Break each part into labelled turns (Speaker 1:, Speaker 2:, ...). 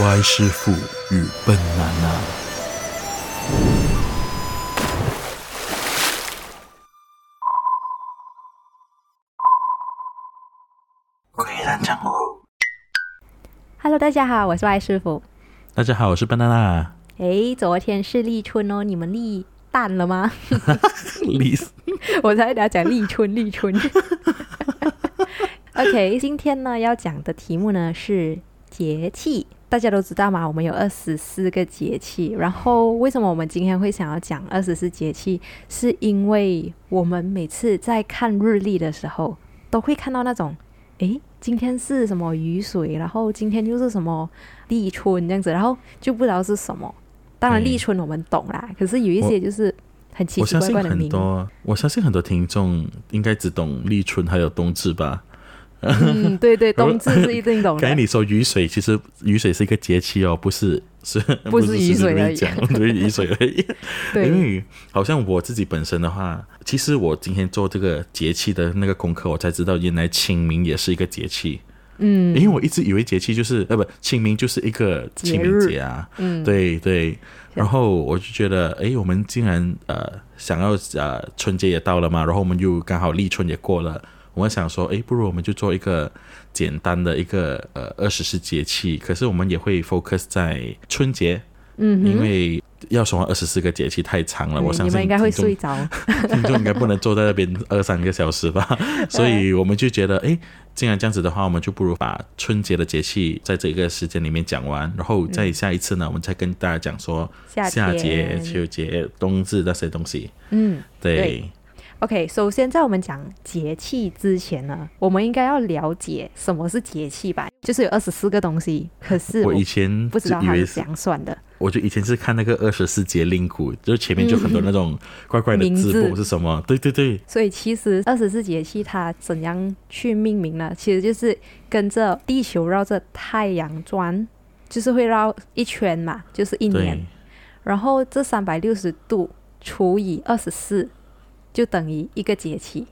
Speaker 1: 歪师傅与笨啊娜娜。
Speaker 2: 鬼人江湖，
Speaker 3: Hello，大家好，我是外师傅。
Speaker 4: 大家好，我是笨啊娜 娜。
Speaker 3: 诶，昨天是立春哦，你们立蛋了吗？
Speaker 4: 李
Speaker 3: 我才要讲立春，立春。OK，今天呢要讲的题目呢是节气，大家都知道嘛，我们有二十四个节气。然后为什么我们今天会想要讲二十四节气？是因为我们每次在看日历的时候，都会看到那种，诶，今天是什么雨水，然后今天又是什么立春这样子，然后就不知道是什么。当然
Speaker 4: 对
Speaker 3: 立春我们懂啦，可是有一
Speaker 4: 我
Speaker 3: 些就是很奇
Speaker 4: 我
Speaker 3: 奇
Speaker 4: 相
Speaker 3: 怪
Speaker 4: 信
Speaker 3: 怪的
Speaker 4: 很
Speaker 3: 名字。
Speaker 4: 多，我相信很多听众应该只懂立春还有冬至吧。
Speaker 3: 嗯，对对，
Speaker 4: 如
Speaker 3: 冬至是一 定懂
Speaker 4: 刚才
Speaker 3: 的。
Speaker 4: 你说雨水，其实雨水是一个节气哦，不是是
Speaker 3: 不是雨水而已
Speaker 4: 是讲对雨水而已。哎因
Speaker 3: 对，
Speaker 4: 为好像我自己本身的话，其实我今天做这个节气的那个功课，我才知道原来清明也是一个节气。嗯，因为我一直以为节气就是呃不，清明就是一个
Speaker 3: 节
Speaker 4: 清明
Speaker 3: 日
Speaker 4: 节啊。嗯，对对。然后我就觉得，哎诶，我们竟然呃想要呃春节也到了嘛，然后我们又刚好立春也过了，我们想说，诶，哎不如我们就做一个简单的一个呃二十四节气，可是我们也会 focus 在春节，嗯，因为要说完二十四个节气太长了，我
Speaker 3: 对
Speaker 4: 相
Speaker 3: 嗯你
Speaker 4: 信
Speaker 3: 们应该会
Speaker 4: 听众
Speaker 3: 睡着。
Speaker 4: 听众应该不能坐在那 边二三个小时吧，所以我们就觉得，诶，既然这样子的话，我们就不如把春节的节气在这个时间里面讲完，然后再下一次呢，我们再跟大家讲说
Speaker 3: 夏
Speaker 4: 节、
Speaker 3: 天
Speaker 4: 秋节、冬至那些东西。
Speaker 3: 嗯
Speaker 4: 对，
Speaker 3: 对 OK，首先在我们讲节气之前呢，我们应该要了解什么是节气吧？就是有二十四个东西，可是
Speaker 4: 我
Speaker 3: 我
Speaker 4: 以前
Speaker 3: 不知道
Speaker 4: 以
Speaker 3: 它
Speaker 4: 为
Speaker 3: 是
Speaker 4: 是
Speaker 3: 怎，样算的。
Speaker 4: 我就以前是看那个二十四节令鼓，就前面就很多那种怪怪的
Speaker 3: 嗯名
Speaker 4: 字
Speaker 3: 字
Speaker 4: 母是什么？对对对，
Speaker 3: 所以其实二十四节气它怎样去命名呢？其实就是跟着地球绕着太阳转，就是会绕一圈嘛，就是一年
Speaker 4: 对。，
Speaker 3: 然后这三百六十度除以二十四，就等于一个节气。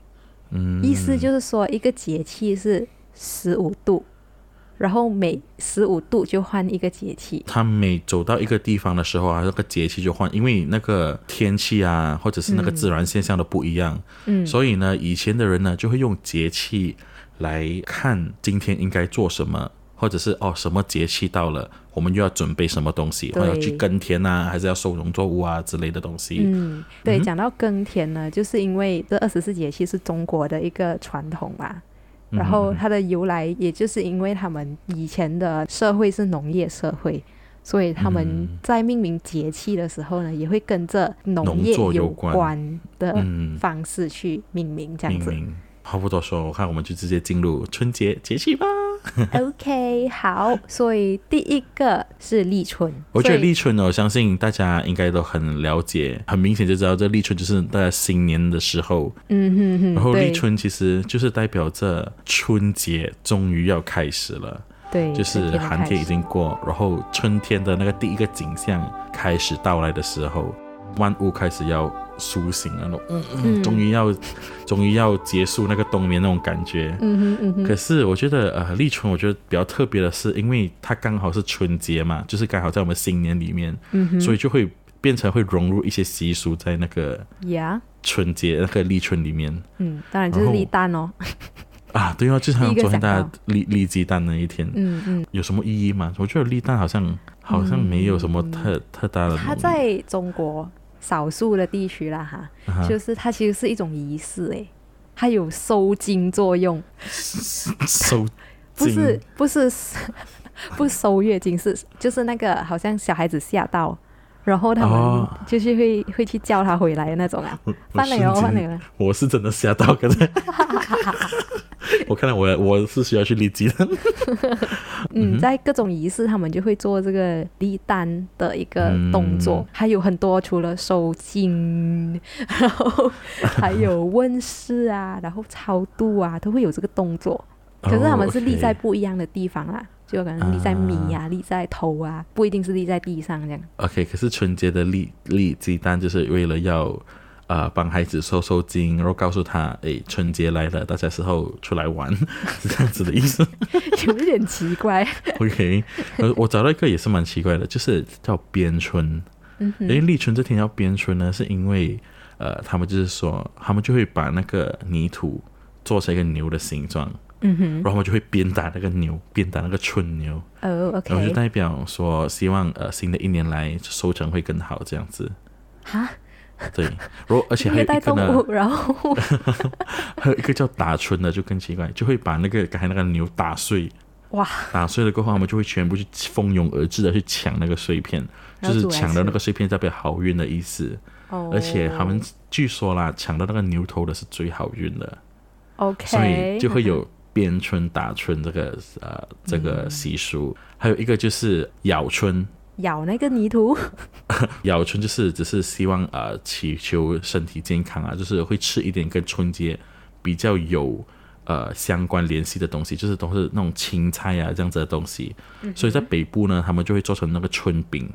Speaker 4: 嗯，
Speaker 3: 意思就是说，一个节气是十五度，然后每十五度就换一个节气。
Speaker 4: 他每走到一个地方的时候啊，那个节气就换，因为那个天气啊，或者是那个自然现象的不一样，
Speaker 3: 嗯
Speaker 4: 所以呢，以前的人呢就会用节气来看今天应该做什么，或者是哦什么节气到了，我们又要准备什么东西，或
Speaker 3: 对
Speaker 4: 者要去耕田啊，还是要收农作物啊之类的东西。
Speaker 3: 嗯，对，
Speaker 4: 嗯哼
Speaker 3: 讲到耕田呢，就是因为这二十四节气是中国的一个传统嘛，
Speaker 4: 嗯
Speaker 3: 然后它的由来也就是因为他们以前的社会是农业社会，所以他们
Speaker 4: 嗯
Speaker 3: 在命名节气的时候呢，也会跟着农
Speaker 4: 农
Speaker 3: 业
Speaker 4: 作有
Speaker 3: 有
Speaker 4: 关
Speaker 3: 关的
Speaker 4: 嗯
Speaker 3: 方式去命名，这样
Speaker 4: 明
Speaker 3: 子。
Speaker 4: 明话不多说，我看我们就直接进入春节节气吧。
Speaker 3: OK，好，所以第一个是立春，
Speaker 4: 我觉
Speaker 3: 所
Speaker 4: 得
Speaker 3: 以
Speaker 4: 立春呢，我相信大家应该都很了解，很明显就知道这立春就是大家新年的时候，
Speaker 3: 嗯哼哼，
Speaker 4: 然后
Speaker 3: 对
Speaker 4: 立春其实就是代表着春节终于要开始了，
Speaker 3: 对，
Speaker 4: 就是寒天已经过，然后春天的那个第一个景象开始到来的时候，万物开始要苏醒了，那种嗯嗯，终于要，终于要结束那个冬眠那种感觉。
Speaker 3: 嗯哼嗯哼，
Speaker 4: 可是我觉得，呃，立春我觉得比较特别的是，因为它刚好是春节嘛，就是刚好在我们新年里面，
Speaker 3: 嗯
Speaker 4: 所以就会变成会融入一些习俗在那个
Speaker 3: 呀，
Speaker 4: 春节那个立春里面。
Speaker 3: 嗯，当然就是
Speaker 4: 然后
Speaker 3: 立蛋哦，
Speaker 4: 啊，对哦，就
Speaker 3: 第
Speaker 4: 像
Speaker 3: 一个
Speaker 4: 昨天
Speaker 3: 想
Speaker 4: 大家
Speaker 3: 到
Speaker 4: 立立鸡蛋那一天，
Speaker 3: 嗯嗯，
Speaker 4: 有什么意义吗？我觉得立蛋好像好像没有什么特、特大的意义。
Speaker 3: 它 嗯在中国少数的地区啦哈，
Speaker 4: 啊哈
Speaker 3: 就是它其实是一种仪式诶，它有收精作用，
Speaker 4: 收
Speaker 3: 不是
Speaker 4: 精
Speaker 3: 不是 不收月经是就是那个好像小孩子吓到。然后他们
Speaker 4: 哦
Speaker 3: 就是会、会去叫他回来的那种啊，
Speaker 4: 我
Speaker 3: 翻了哟，
Speaker 4: 瞬
Speaker 3: 翻了
Speaker 4: 间
Speaker 3: 哟，
Speaker 4: 我是真的吓到，刚 才我看到我我是需要去立鸡蛋。
Speaker 3: 嗯，在各种仪式，他们就会做这个立蛋的一个动作，
Speaker 4: 嗯
Speaker 3: 还有很多除了收金，然后还有问世啊，然后超度啊，都会有这个动作。
Speaker 4: 哦
Speaker 3: 可是他们是立在不一样的地方啦，就有可能立在米啊，立在头啊，不一定是立在地上这样。
Speaker 4: OK，可是春节的立立鸡蛋就是为了要呃帮孩子收收惊，然后告诉他，诶，春节来了，大家时候出来玩， 是这样子的意思。
Speaker 3: 有一点奇怪。
Speaker 4: OK，呃，我找到一个也是蛮奇怪的，就是叫边春。
Speaker 3: 嗯
Speaker 4: 因为立春这天要边春呢，是因为呃，他们就是说，他们就会把那个泥土做成一个牛的形状，
Speaker 3: 嗯哼，
Speaker 4: 然后他们就会鞭打那个牛，鞭打那个春牛，
Speaker 3: 哦
Speaker 4: 然后就
Speaker 3: ，OK，
Speaker 4: 代表说，希望呃新的一年来收成会更好这样子。
Speaker 3: 哈，
Speaker 4: 对，然后而且还有
Speaker 3: 虐
Speaker 4: 一
Speaker 3: 待
Speaker 4: 个
Speaker 3: 动
Speaker 4: 呢，
Speaker 3: 物，然后
Speaker 4: 还有一个叫打春的就更奇怪，就会把那个刚才那个牛打碎，
Speaker 3: 哇，
Speaker 4: 打碎了过后，他们就会全部去蜂拥而至的去抢那个碎片，就
Speaker 3: 然后
Speaker 4: 是
Speaker 3: 煮来
Speaker 4: 抢到
Speaker 3: 吃
Speaker 4: 那个碎片代表好运的意思。
Speaker 3: 哦
Speaker 4: 而且他们据说啦，抢到那个牛头的是最好运的，
Speaker 3: OK，
Speaker 4: 所以就会有鞭春打春这个呃这个习俗。还有一个就是咬春，
Speaker 3: 咬那个 泥土，
Speaker 4: 咬春就是只是希望呃祈求身体健康啊，就是会吃一点跟春节比较有呃相关联系的东西，就是都是那种青菜啊这样子的东西。
Speaker 3: 嗯
Speaker 4: 所以在北部呢，他们就会做成那个春饼，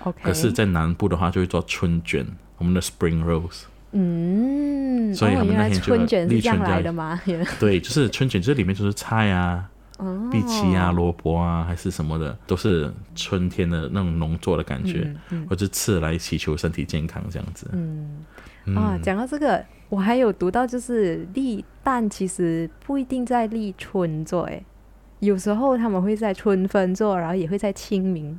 Speaker 3: OK，
Speaker 4: 可是，在南部的话就会做春卷，我们的 spring rolls。
Speaker 3: 嗯，
Speaker 4: 所以
Speaker 3: 哦
Speaker 4: 他们
Speaker 3: 原
Speaker 4: 那
Speaker 3: 来
Speaker 4: 天就
Speaker 3: 春卷是
Speaker 4: 立
Speaker 3: 这样
Speaker 4: 春就
Speaker 3: 来
Speaker 4: 要
Speaker 3: 的吗？ 原来
Speaker 4: 对，就是春卷，这里面就是菜啊、
Speaker 3: 哦
Speaker 4: 碧琪啊、萝卜啊，还是什么的，都是春天的那种农作的感觉，
Speaker 3: 嗯
Speaker 4: 或者吃来祈求身体健康这样子。嗯
Speaker 3: 啊，讲到这个，我还有读到就是立蛋其实不一定在立春做，诶，有时候他们会在春分做，然后也会在清明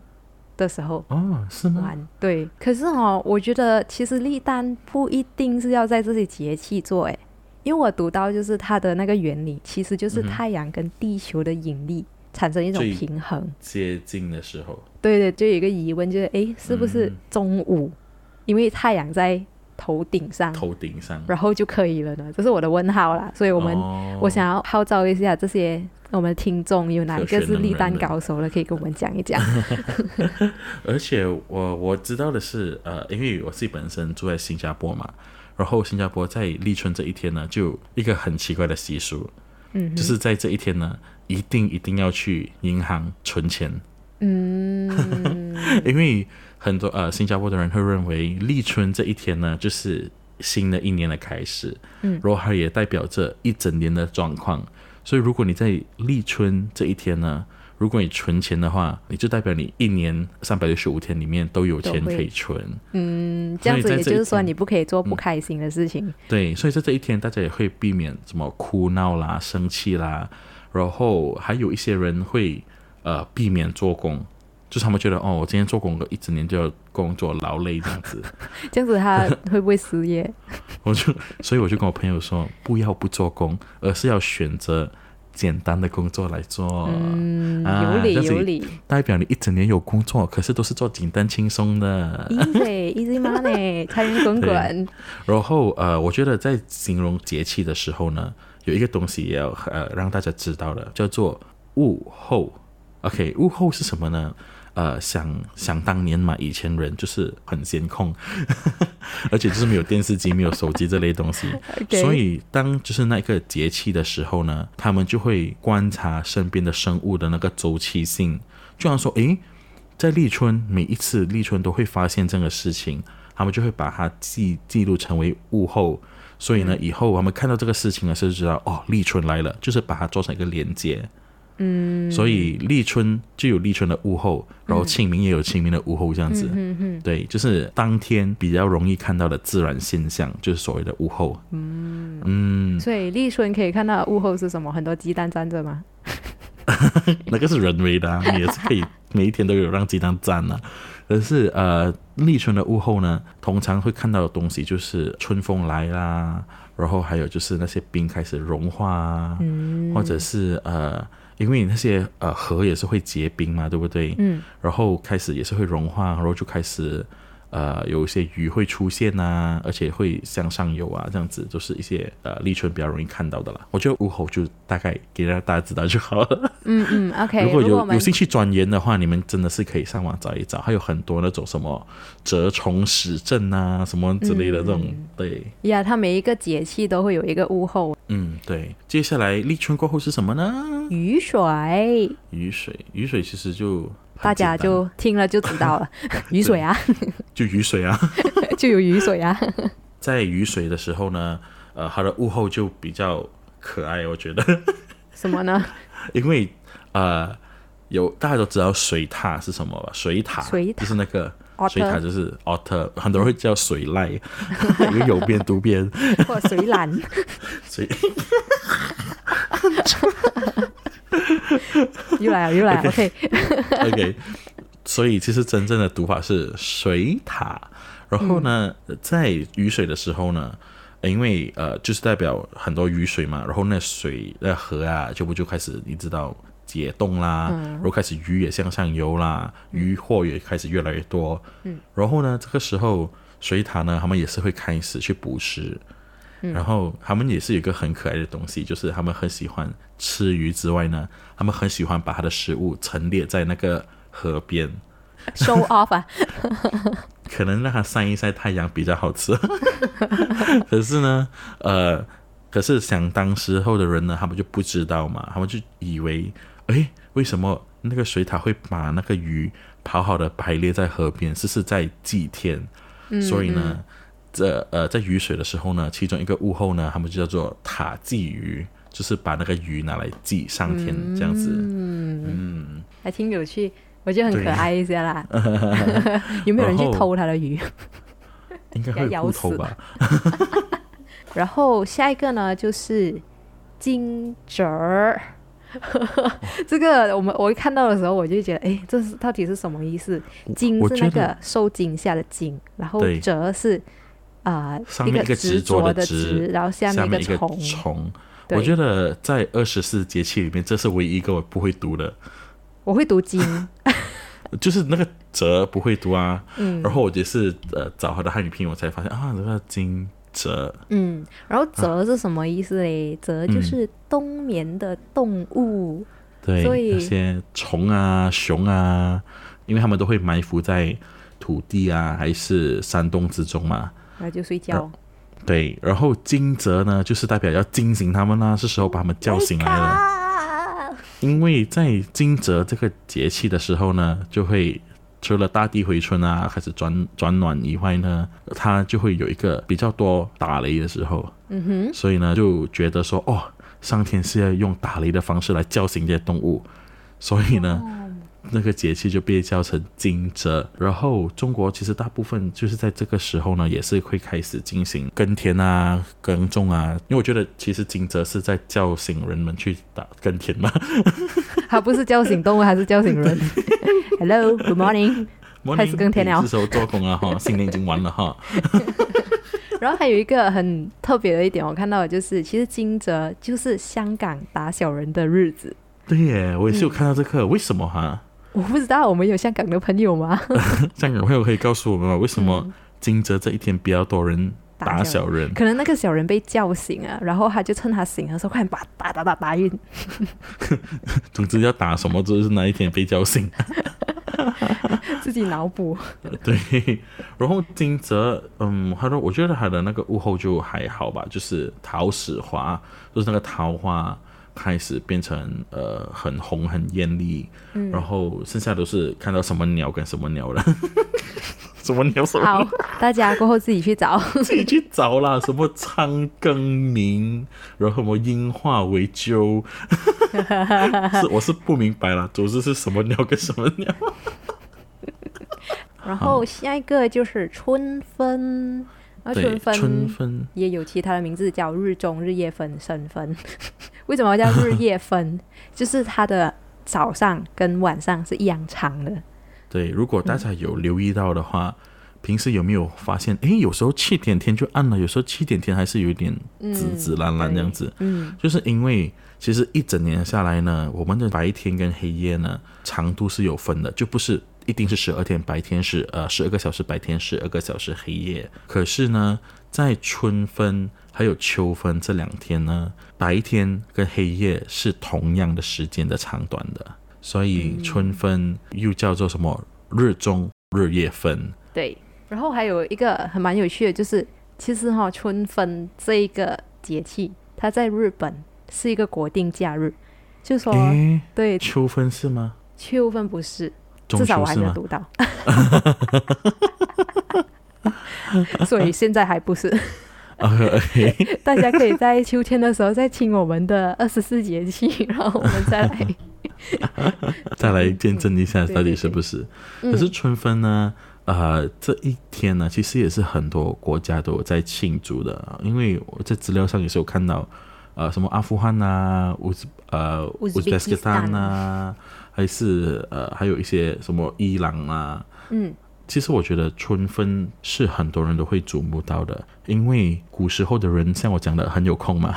Speaker 3: 的时候
Speaker 4: 哦，是吗？
Speaker 3: 玩。嗯对，可是哦，我觉得其实立蛋不一定是要在这些节气做，诶，因为我读到就是它的那个原理其实
Speaker 4: 嗯
Speaker 3: 就是太阳跟地球的引力产生一种
Speaker 4: 所以
Speaker 3: 平衡。
Speaker 4: 接近的时候，
Speaker 3: 对对，就有一个疑问，就是诶，是不是
Speaker 4: 嗯
Speaker 3: 中午，因为太阳在头顶上，
Speaker 4: 头顶上。
Speaker 3: 然后就可以了呢？这是我的问号啦。所以我们、
Speaker 4: 哦
Speaker 3: 我想要号召一下这些我们的听众，有哪一个
Speaker 4: 科学
Speaker 3: 是
Speaker 4: 能
Speaker 3: 立蛋
Speaker 4: 人们
Speaker 3: 高手了，可以跟我们讲 一讲。
Speaker 4: 而且我我知道的是，呃，因为我自己本身住在新加坡嘛，然后新加坡在立春这一天呢，就有一个很奇怪的习俗，嗯，就是在这一天呢，一定一定要去银行存钱，
Speaker 3: 嗯，
Speaker 4: 因为很多呃新加坡的人会认为立春这一天呢，就是新的一年的开始，嗯，然后它也代表着一整年的状况。所以如果你在立春这一天呢，如果你存钱的话，你就代表你一年三百六十五天里面都有钱
Speaker 3: 都会
Speaker 4: 可以存。
Speaker 3: 嗯这样子
Speaker 4: 所以在
Speaker 3: 也
Speaker 4: 这
Speaker 3: 就
Speaker 4: 一
Speaker 3: 是说，
Speaker 4: 天嗯
Speaker 3: 你不可以做不开心的事情。
Speaker 4: 对，所以在这一天，大家也会避免什么哭闹啦、生气啦，然后还有一些人会呃避免做工，就是他们觉得哦，我今天做工了一整年就要工作劳累这样子，
Speaker 3: 这样子他会不会失业？
Speaker 4: 我就所以我就跟我朋友说，不要不做工，而是要选择简单的工作来做，
Speaker 3: 嗯，
Speaker 4: 啊
Speaker 3: 有理
Speaker 4: 这样子
Speaker 3: 有 理
Speaker 4: 代表你一整年有工作，可是都是做简单轻松的。
Speaker 3: ，easy easy money，财源滚滚。
Speaker 4: 然后呃，我觉得在形容节气的时候呢，有一个东西也要呃让大家知道的，叫做物候。OK，物候是什么呢？呃，想想当年嘛，以前人就是很闲空， 而且就是没有电视机、没有手机这类东西
Speaker 3: OK
Speaker 4: 所以当就是那个节气的时候呢，他们就会观察身边的生物的那个周期性，就像说，诶，在立春每一次立春都会发现这个事情，他们就会把它记记录成为物候。所以呢，以后我们看到这个事情呢，是知道哦，立春来了，就是把它做成一个连接。嗯，所以立春就有立春的物候，然后清明也有清明的物候，这样子。嗯嗯，对，就是当天比较容易看到的自然现象，就是所谓的物候。嗯
Speaker 3: 所以立春可以看到物后是什么？很多鸡蛋站 着吗？
Speaker 4: 那个是人为的、啊，你也是可以每一天都有让鸡蛋沾啊。 可是呃，立春的午后呢，通常会看到的东西就是春风来啦，然后还有就是那些冰开始融化啊，或者是呃，因为那些呃河也是会结冰嘛，对不对？嗯，然后开始也是会融化，然后就开始。呃，有一些鱼会出现呐、而且会向上游啊，这样子都是一些呃立春比较容易看到的啦。我觉得午后就大概给大家知道就好了。
Speaker 3: 嗯嗯，OK。
Speaker 4: 如果
Speaker 3: 我
Speaker 4: 有
Speaker 3: 们
Speaker 4: 有兴趣钻研的话，你们真的是可以上网找一找，还有很多那种什么折虫史证啊，什么之类的这种。
Speaker 3: 嗯
Speaker 4: 对，
Speaker 3: 呀它每一个节气都会有一个物候，
Speaker 4: 嗯，对。接下来立春过后是什么呢？
Speaker 3: 雨水。
Speaker 4: 雨水，雨水其实就很
Speaker 3: 大
Speaker 4: 简单
Speaker 3: 家就 听了就知道了，雨水啊，
Speaker 4: 就雨水啊。
Speaker 3: 就有雨水啊。
Speaker 4: 在雨水的时候呢，呃，它的物候就比较可爱，我觉得，
Speaker 3: 什么呢？
Speaker 4: 因为呃，有大家都知道水獭是什么吧？水獭，
Speaker 3: 水獭
Speaker 4: 就是那个
Speaker 3: Otter
Speaker 4: 水獭就是 otter，很多人会叫水濑， 因为有边读边，
Speaker 3: 或水 懒，
Speaker 4: 所以
Speaker 3: 又来了又来了。OK，
Speaker 4: OK，所以其实真正的读法是水塔。然后呢，在雨水的时候呢，呃因为呃，就是代表很多雨水嘛，然后那水那河啊，就不就开始你知道解冻啦，然后开始鱼也向上游啦，鱼货也开始越来越多。嗯，然后呢，这个时候水塔呢，他们也是会开始去捕食。然后他们也是有一个很可爱的东西，就是他们很喜欢吃鱼之外呢，他们很喜欢把它的食物陈列在那个河边，
Speaker 3: show off 啊，
Speaker 4: 可能让它晒一晒太阳比较好吃。 可是呢，呃，可是想当时候的人呢，他们就不知道嘛，他们就以为，诶，为什么那个水獭会把那个鱼好好的排列在河边，是是在祭天？
Speaker 3: 嗯
Speaker 4: 所以呢，这呃，在雨水的时候呢，其中一个物候呢，他们就叫做塔祭鱼，就是把那个鱼拿来祭上天、这样
Speaker 3: 嗯
Speaker 4: 子。
Speaker 3: 还挺有趣，我觉得很可
Speaker 4: 对
Speaker 3: 爱一 些啦。 有没有人去
Speaker 4: 然后
Speaker 3: 偷他的鱼？
Speaker 4: 应该
Speaker 3: 给它
Speaker 4: 会
Speaker 3: 咬
Speaker 4: 互头
Speaker 3: 死
Speaker 4: 吧？
Speaker 3: 然后下一个呢就是惊蛰儿， 这个我们我一看到的时候我就觉得，哎，这是到底是什么意思？惊
Speaker 4: 我
Speaker 3: 是那
Speaker 4: 觉
Speaker 3: 个
Speaker 4: 得
Speaker 3: 受惊吓的惊，然后
Speaker 4: 对
Speaker 3: 蛰是啊、
Speaker 4: 上
Speaker 3: 一
Speaker 4: 面
Speaker 3: 个
Speaker 4: 一个
Speaker 3: 执
Speaker 4: 执
Speaker 3: 着
Speaker 4: 着
Speaker 3: 的
Speaker 4: 的
Speaker 3: 执，
Speaker 4: 执，
Speaker 3: 然后下面
Speaker 4: 面
Speaker 3: 一
Speaker 4: 一
Speaker 3: 个
Speaker 4: 个
Speaker 3: 虫。
Speaker 4: 虫。
Speaker 3: 对
Speaker 4: 我觉得在二十四节气里面，这是唯一一个我不会读的，
Speaker 3: 我会 读经，
Speaker 4: 就是那个“折”不会读啊。
Speaker 3: 嗯
Speaker 4: 然后我也是呃找它的汉语拼音，我才发现啊，这个“惊蛰
Speaker 3: 嗯，然后蛰是什么意思嘞？蛰
Speaker 4: 啊
Speaker 3: 就是冬眠的动物，”，
Speaker 4: 对，
Speaker 3: 所以
Speaker 4: 那些虫啊、熊啊，因为它们都会埋伏在土地啊还是山洞之中嘛。
Speaker 3: 然后就睡觉。
Speaker 4: 对，然后惊蛰呢，就是代表要惊醒它们啦、是时候把它们叫醒
Speaker 3: 哎
Speaker 4: 来了。
Speaker 3: 啊，
Speaker 4: 因为在惊蛰这个节气的时候呢，就会除了大地回春啊，开始转转暖以外呢，它就会有一个比较多打雷的时候。嗯哼，所以呢，就觉得说，哦，上天是要用打雷的方式来叫醒这些动物，所以呢。那个节气就被叫成惊蛰，然后中国其实大部分就是在这个时候呢，也是会开始进行耕田啊、耕种啊，因为我觉得其实惊蛰是在叫醒人们去打耕田嘛，
Speaker 3: 它不是叫醒动物，还是叫 醒人？Hello，Good morning。开始耕田了
Speaker 4: 这时候做工了哈， 新年已经完了哈。
Speaker 3: 然后还有一个很特别的一点，我看到的就是，其实惊蛰就是香港打小人的日子。
Speaker 4: 对耶，我也是有看到这个，为什么哈？
Speaker 3: 我不知道我们有香港的朋友吗？
Speaker 4: 香港朋友可以告诉我们吗？为什么惊蛰这一天比较多人嗯打小人？
Speaker 3: 可能那个小人被叫醒啊，然后他就趁他醒的时候，快点把打打打打晕。
Speaker 4: 总之要打什么，就是那一天被叫醒。
Speaker 3: 自己脑补。
Speaker 4: 对，然后惊蛰，嗯，他说我觉得他的那个物候就还好吧，就是桃始华，就是那个桃花开始变成呃很红很艳丽，然后剩下都是看到什么鸟跟什么鸟 了，什么鸟什么鸟
Speaker 3: 好，大家过后自己去 找。
Speaker 4: 自己去找啦， 什么仓庚明，然后什么音化为鸠， 是我是不明白啦，总之是什么鸟跟什么鸟。
Speaker 3: 然后下一个就是春分，然后
Speaker 4: 对
Speaker 3: 春，分
Speaker 4: 春分，
Speaker 3: 也有其他的名字叫日中、日夜分、深分。 为什么要叫日夜 分？就是它的早上跟晚上是一样长的。
Speaker 4: 对，如果大家有留意到的话，
Speaker 3: 嗯
Speaker 4: 平时有没有发现，诶，有时候七点天就暗了，有时候七点天还是有一点紫紫蓝蓝这样子，
Speaker 3: 嗯，
Speaker 4: 就是因为其实一整年下来呢，我们的白天跟黑夜呢长度是有分的，就不是一定是十二天白天是呃十二个小时白天呃十二个小时黑夜。可是呢，在春分还有秋分这两天呢，白天跟黑夜是同样的时间的长短的，所以春分又叫做什么日中日夜分。
Speaker 3: 对。然后还有一个很蛮有趣的，就是其实哈、春分这一个节气，它在日本是一个国定假日，就说、
Speaker 4: 诶，
Speaker 3: 对
Speaker 4: 秋分是吗？
Speaker 3: 秋分不是，
Speaker 4: 中
Speaker 3: 至少我
Speaker 4: 秋
Speaker 3: 还
Speaker 4: 是
Speaker 3: 没有
Speaker 4: 吗？
Speaker 3: 读到。 所以现在还不是。
Speaker 4: OK OK，
Speaker 3: 大家可以在秋天的时候再听我们的二十四 节气，然后我们再来。
Speaker 4: 再来见证一下
Speaker 3: 对
Speaker 4: 到
Speaker 3: 对
Speaker 4: 底
Speaker 3: 对
Speaker 4: 是不是。
Speaker 3: 嗯
Speaker 4: 可是春分呢，呃，这一天呢，其实也是很多国家都有在庆祝的，因为我在资料上也是有看到，呃，什么阿富汗呐、乌兹呃乌兹别克斯坦呐，还是呃还有一些什么伊朗啊。
Speaker 3: 嗯，
Speaker 4: 其实我觉得春分是很多人都会瞩目到的，因为古时候的人像我讲的很有空嘛，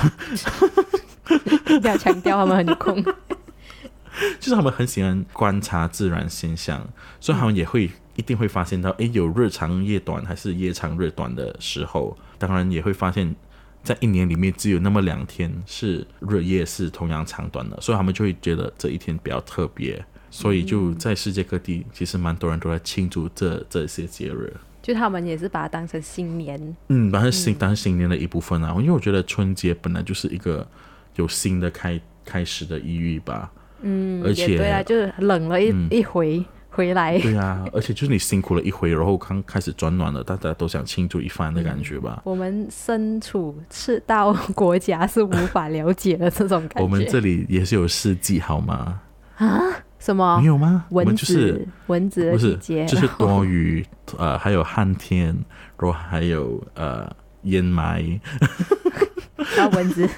Speaker 3: 不嗯要强调他们很有空。
Speaker 4: 就是他们很喜欢观察自然现象，所以他们也会一定会发现到，诶，有日长夜短还是夜长日短的时候。当然也会发现，在一年里面只有那么两天是日夜是同样长短的，所以他们就会觉得这一天比较特别。所以就在世界各地，其实蛮多人都在庆祝这这些节日。
Speaker 3: 就他们也是把它当成新年，
Speaker 4: 嗯，把它新当成新年的一部分啊，因为我觉得春节本来就是一个有新的开开始的意义吧。嗯，而且嗯
Speaker 3: 也对啊，就是冷了一、一回 回来，
Speaker 4: 对啊，而且就是你辛苦了一回，然后刚开始转暖了，大家都想庆祝一番的感觉吧。
Speaker 3: 我们身处赤道国家是无法了解的这种感觉。
Speaker 4: 我们这里也是有四季好吗？
Speaker 3: 什么
Speaker 4: 没有吗？我
Speaker 3: 蚊
Speaker 4: 们
Speaker 3: 子、
Speaker 4: 就是
Speaker 3: 蚊子的
Speaker 4: 不
Speaker 3: 季
Speaker 4: 是
Speaker 3: 节，
Speaker 4: 就是
Speaker 3: 然后
Speaker 4: 多雨，呃，还有旱天，然后还有呃烟霾。
Speaker 3: 然啊后蚊子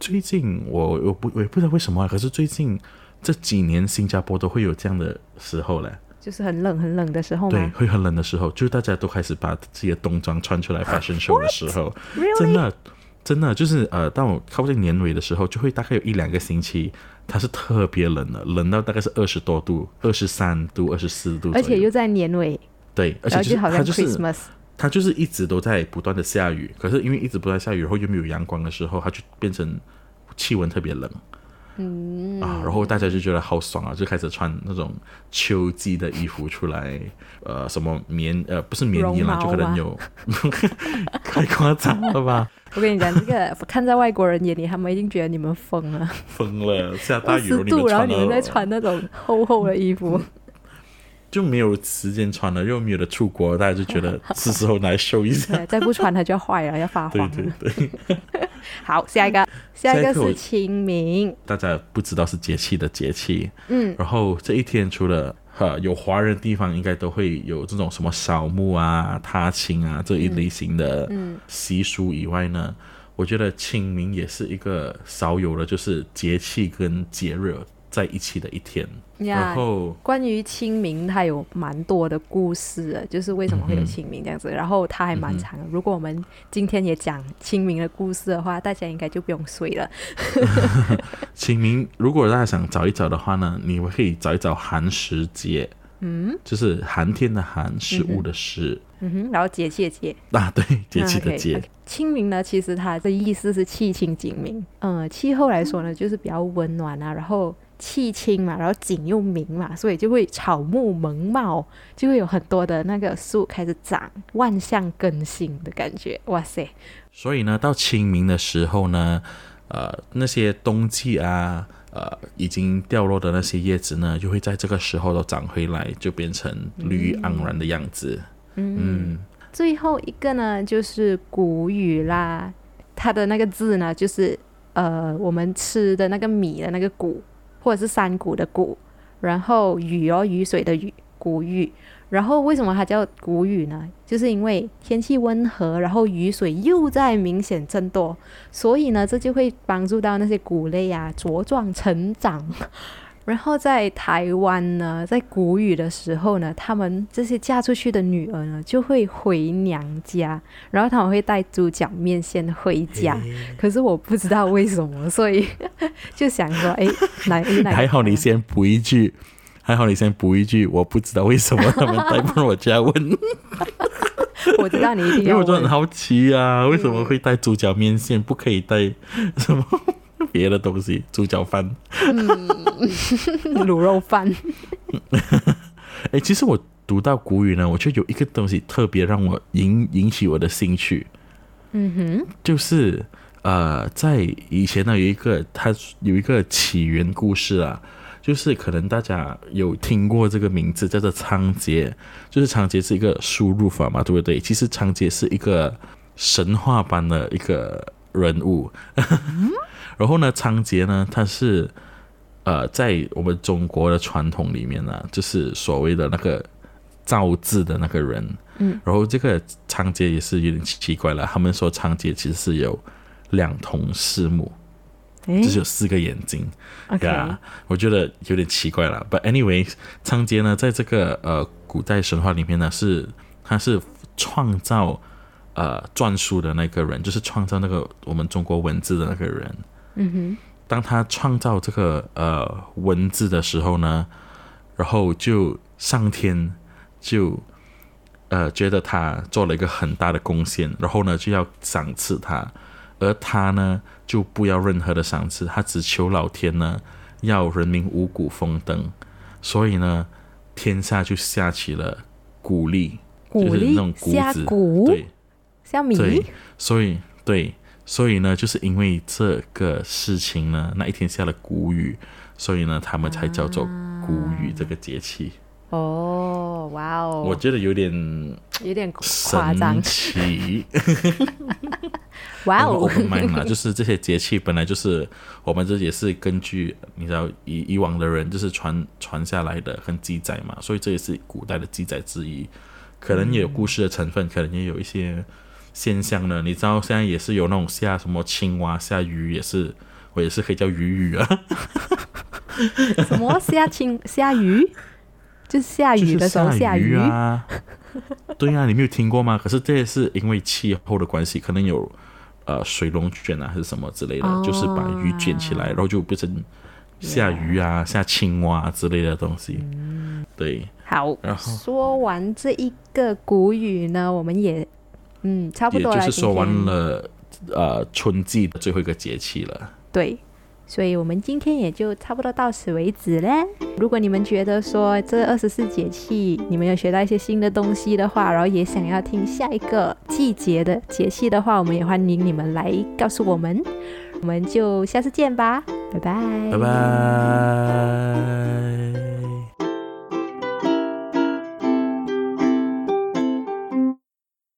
Speaker 4: 最近我我不我也不知道为什么啊，可是最近这几年新加坡都会有这样的时候嘞。哦
Speaker 3: 就是很冷很冷的时候
Speaker 4: 对，
Speaker 3: 嘛。
Speaker 4: 会很冷的时候，就是大家都开始把自己的冬装穿 出来 fashion show 的时候真的真的就是呃，当我靠近年尾的时候，就会大概有一两个星期，它是特别冷的，冷到大概是二十多度、二十三度、二十四度左右，
Speaker 3: 而且又在年尾，
Speaker 4: 对，而
Speaker 3: 然
Speaker 4: 且就是
Speaker 3: 后好
Speaker 4: 它
Speaker 3: 像
Speaker 4: 就是。
Speaker 3: Christmas，
Speaker 4: 它就是一直都在不断的下雨，可是因为一直不断下雨，然后又没有阳光的时候，它就变成气温特别冷。嗯啊，然后大家就觉得好爽啊，就开始穿那种秋季的衣服出来，呃，什么棉呃不是棉衣啦，
Speaker 3: 绒毛啊
Speaker 4: 就可能
Speaker 3: 吗
Speaker 4: 有， 太夸张了吧？
Speaker 3: 我跟你讲，这个 看在外国人眼里，他们一定觉得你们疯了，
Speaker 4: 疯 了，下 大
Speaker 3: 二
Speaker 4: 雨
Speaker 3: 十度，然后你
Speaker 4: 了
Speaker 3: 们在穿那种厚厚的衣 服，
Speaker 4: 就没有时间穿了，又没有的出国，大家就觉 得是时候来秀一下。
Speaker 3: 对，再不穿它就要坏了，要发
Speaker 4: 对
Speaker 3: 黄
Speaker 4: 对
Speaker 3: 了。
Speaker 4: 对，
Speaker 3: 好，下一个，下一
Speaker 4: 下
Speaker 3: 个
Speaker 4: 一个我
Speaker 3: 是清明，
Speaker 4: 大家不知道是节气的节气，
Speaker 3: 嗯，
Speaker 4: 然后这一天除了呃有华人的地方，应该都会有这种什么扫墓啊、踏青啊这一类型的
Speaker 3: 嗯
Speaker 4: 习俗以外呢，我觉得清明也是一个少有的，就是节气跟节日在一起的一天。
Speaker 3: 呀
Speaker 4: 然，后
Speaker 3: 关于清明，它有蛮多的故事的，就是为什么会有清明这样子，然后它还
Speaker 4: 嗯
Speaker 3: 蛮长的。如果我们今天也讲清明的故事的话，大家应该就不用睡了。
Speaker 4: 清明，如果大家想找一找的话呢，你们可以找一找寒食节，嗯，就是寒天的寒，食物的食、
Speaker 3: 嗯哼，然后节气的节，
Speaker 4: 啊，对，节气
Speaker 3: 啊
Speaker 4: 的
Speaker 3: ，OK，
Speaker 4: 节。
Speaker 3: OK 清明呢，其实它的意思是气清景明。呃，气候来说呢，就是比较温暖啊，然后气清嘛，然后景又明嘛，所以就会草木萌茂，就会有很多的那个树开始长，万象更新的感觉。哇塞，
Speaker 4: 所以呢，到清明的时候呢，呃，那些冬季啊，呃，已经掉落的那些叶子呢，就会在这个时候都长回来，就变成绿意盎然的样子。嗯
Speaker 3: 最后一个呢，就是谷雨啦，它的那个字呢，就是呃，我们吃的那个米的那个谷，或者是山谷的谷，然后雨哦，雨水的雨，谷雨。然后为什么它叫谷雨呢？就是因为天气温和，然后雨水又在明显增多，所以呢，这就会帮助到那些谷类啊茁壮成长。 然后在台湾呢，在谷雨的时候呢，他们这些嫁出去的女儿呢，就会回娘家，然后他们会带猪脚面线回家。可是我不知道为什么，所以 就想说，哎，哪哪个
Speaker 4: 还好你先补一句，还好你先补一句，我不知道为什么他们带 不然我就要问，
Speaker 3: 我知道你一定
Speaker 4: 因为
Speaker 3: 要
Speaker 4: 我就很
Speaker 3: 问。嗯
Speaker 4: 好奇啊，为什么会带猪脚面线，不可以带什么 别的东西，猪脚饭？
Speaker 3: 卤肉饭，
Speaker 4: 哎，其实我读到古语呢，我就有一个东西特别让我引引起我的兴趣。嗯哼，就是呃，在以前呢有一个它有一个起源故事啊，就是可能大家有听过这个名字叫做仓颉，就是仓颉是一个输入法嘛，对不对？其实仓颉是一个神话般的一个人物， 然后呢，仓颉呢，他是呃，在我们中国的传统里面呢、就是所谓的那个造字的那个人，嗯，然后这个仓颉也是有点奇怪了，他们说仓颉其实是有两瞳四目，
Speaker 3: 诶
Speaker 4: 就是有四个眼睛。
Speaker 3: OK，
Speaker 4: 呀我觉得有点奇怪了。But anyway，仓颉呢，在这个呃古代神话里面呢，是他是创造呃篆书的那个人，就是创造那个我们中国文字的那个人。
Speaker 3: 嗯
Speaker 4: 当他创造这个呃文字的时候呢，然后就上天就呃觉得他做了一个很大的贡献，然后呢就要赏赐他，而他呢就不要任何的赏赐，他只求老天呢要人民五谷丰登，所以呢天下就下起了谷粒，
Speaker 3: 谷
Speaker 4: 就是
Speaker 3: 粒
Speaker 4: 那种谷
Speaker 3: 下
Speaker 4: 子，
Speaker 3: 谷
Speaker 4: 对，
Speaker 3: 像米
Speaker 4: 对，所以对，所以呢，就是因为这个事情呢，那一天下了谷雨，所以呢，他们才叫做谷雨这个节气。
Speaker 3: 哦，哇哦，
Speaker 4: 我觉得有点
Speaker 3: 有点夸
Speaker 4: 神，
Speaker 3: 张
Speaker 4: 奇，
Speaker 3: 哇哦
Speaker 4: o p e mind 啦， 就是这些节气本来就是我们这也是根据你知道以以往的人就是传传下来的跟记载嘛，所以这也是古代的记载之一，可能也有故事的成分，可能也有一些现象呢。你知道现在也是有那种下什么青蛙、下鱼，也是我也是可以叫鱼雨啊，
Speaker 3: 什么下青下雨，就是下雨哎的时候
Speaker 4: 就是
Speaker 3: 下
Speaker 4: 雨
Speaker 3: 雨，
Speaker 4: 啊。 对啊，你没有听过吗？可是这也是因为气候的关系，可能有呃水龙卷啊，还是什么之类的，
Speaker 3: 哦
Speaker 4: 就是把鱼卷起来，然后就变成下鱼啊、下青蛙、啊、之类的东西。
Speaker 3: 嗯
Speaker 4: 对，
Speaker 3: 好
Speaker 4: 然，后
Speaker 3: 说完这一个古语呢，我们也嗯差不
Speaker 4: 也
Speaker 3: 多
Speaker 4: 就
Speaker 3: 了，
Speaker 4: 是说完
Speaker 3: 今天。
Speaker 4: 了呃春季的最后一个节气了。
Speaker 3: 对，所以我们今天也就差不多到此为止嘞。如果你们觉得说这二十四节气你们有学到一些新的东西的话，然后也想要听下一个季节的节气的话，我们也欢迎你们来告诉我们。哎我们就下次见吧，拜拜，
Speaker 4: 拜拜。